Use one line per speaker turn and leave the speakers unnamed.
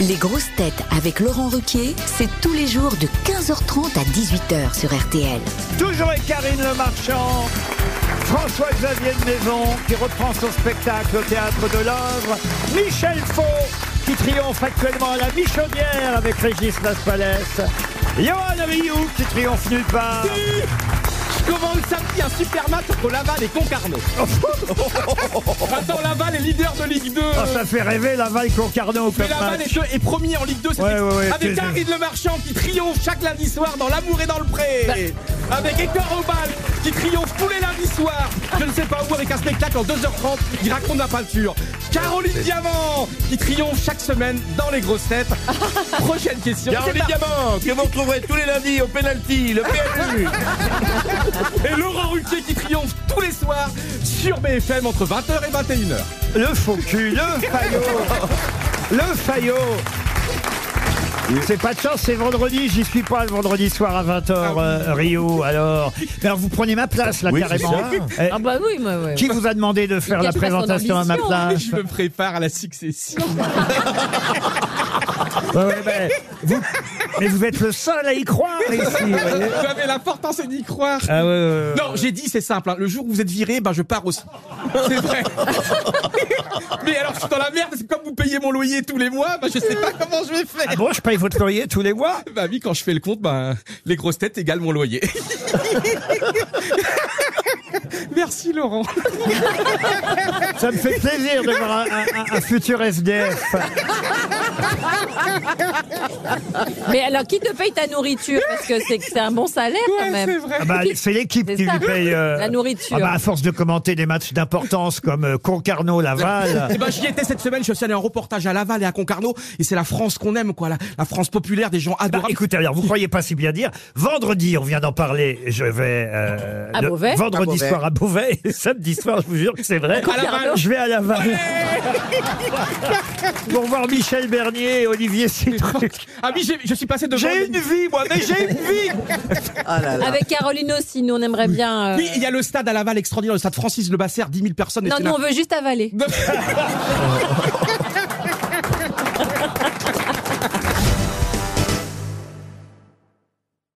Les grosses têtes avec Laurent Ruquier, c'est tous les jours de 15h30 à 18h sur RTL.
Toujours avec Karine Le Marchand, François-Xavier de Maison qui reprend son spectacle au Théâtre de l'Œuvre, Michel Faux qui triomphe actuellement à la Michaudière avec Régis Laspalès, Johan Rioux qui triomphe nulle part.
Je commande samedi un super match entre Laval et Concarneau. Attends, Laval est leader de Ligue 2.
Oh, ça fait rêver Laval Concarneau
Mais
comme
Laval
match.
est, est premier en Ligue 2 c'est
Ouais,
ex-
ouais, ouais,
avec
t'es-
Karine Le Marchand qui triomphe chaque lundi soir dans L'amour et dans le pré.
Bah.
Avec Hector Obal qui triomphe tous les lundis soirs. Je ne sais pas où avec un spectacle en 2h30 qui raconte la peinture. Caroline Diamant qui triomphe chaque semaine dans les grosses têtes. Prochaine question.
Caroline
C'est par-
Diamant, que vous retrouverez tous les lundis au penalty, le PNU.
Et Laurent Ruquier qui triomphe tous les soirs sur BFM entre 20h et 21h.
Le faux cul, le faillot, le faillot. C'est pas de chance, c'est vendredi, j'y suis pas le vendredi soir à 20h, euh, Rio, alors. Mais alors vous prenez ma place là
Oui, c'est
carrément. Eh,
Ah bah oui, moi, ouais.
Qui vous a demandé de faire
Il
la
cache pas son
présentation à ma
ambition.
place
Je me prépare à la succession.
Ouais, ouais, ben, vous- Mais vous êtes le seul à y croire ici. vous voyez.
Vous avez l'importance d'y croire.
Ah ouais, ouais, ouais.
Non, j'ai dit, c'est simple. hein. Le jour où vous êtes viré, ben je pars aussi. C'est vrai. Mais alors, je suis dans la merde. C'est comme vous payez mon loyer tous les mois. Ben je sais pas comment je vais
Ah
faire.
bon, je paye votre loyer tous les mois
Bah oui, quand je fais le compte, ben les grosses têtes égalent mon loyer. Merci Laurent.
Ça me fait plaisir de voir un, un- un- un futur SDF.
Mais alors, qui te paye ta nourriture Parce que c'est c'est un bon salaire quand
Ouais, c'est
même.
vrai.
Ah bah, c'est l'équipe
C'est
qui
ça.
lui paye. euh,
La nourriture.
ah bah, à force de commenter des matchs d'importance comme euh, Concarneau-Laval.
Eh ben, j'y étais cette semaine, je suis allé en reportage à Laval et à Concarneau, et c'est la France qu'on aime, quoi, la, la France populaire, des gens
Bah,
adorables.
écoutez, alors vous croyez pas si bien dire. Vendredi, on vient d'en parler. Je vais euh,
À
le-
Beauvais.
vendredi
À Beauvais.
soir à Beauvais et samedi soir, je vous jure que c'est vrai.
À Laval.
Je vais à Laval. Pour voir Michel Bernier et Olivier Citruc.
Ah oui, j'ai- je suis passé devant.
J'ai une vie, moi, mais j'ai une vie.
Avec Caroline aussi, nous on aimerait bien. euh,
Oui, il y a le stade à Laval extraordinaire, le stade Francis Lebasseur, 10 000 personnes. et
Non,
c'est
nous
la-
on veut juste avaler.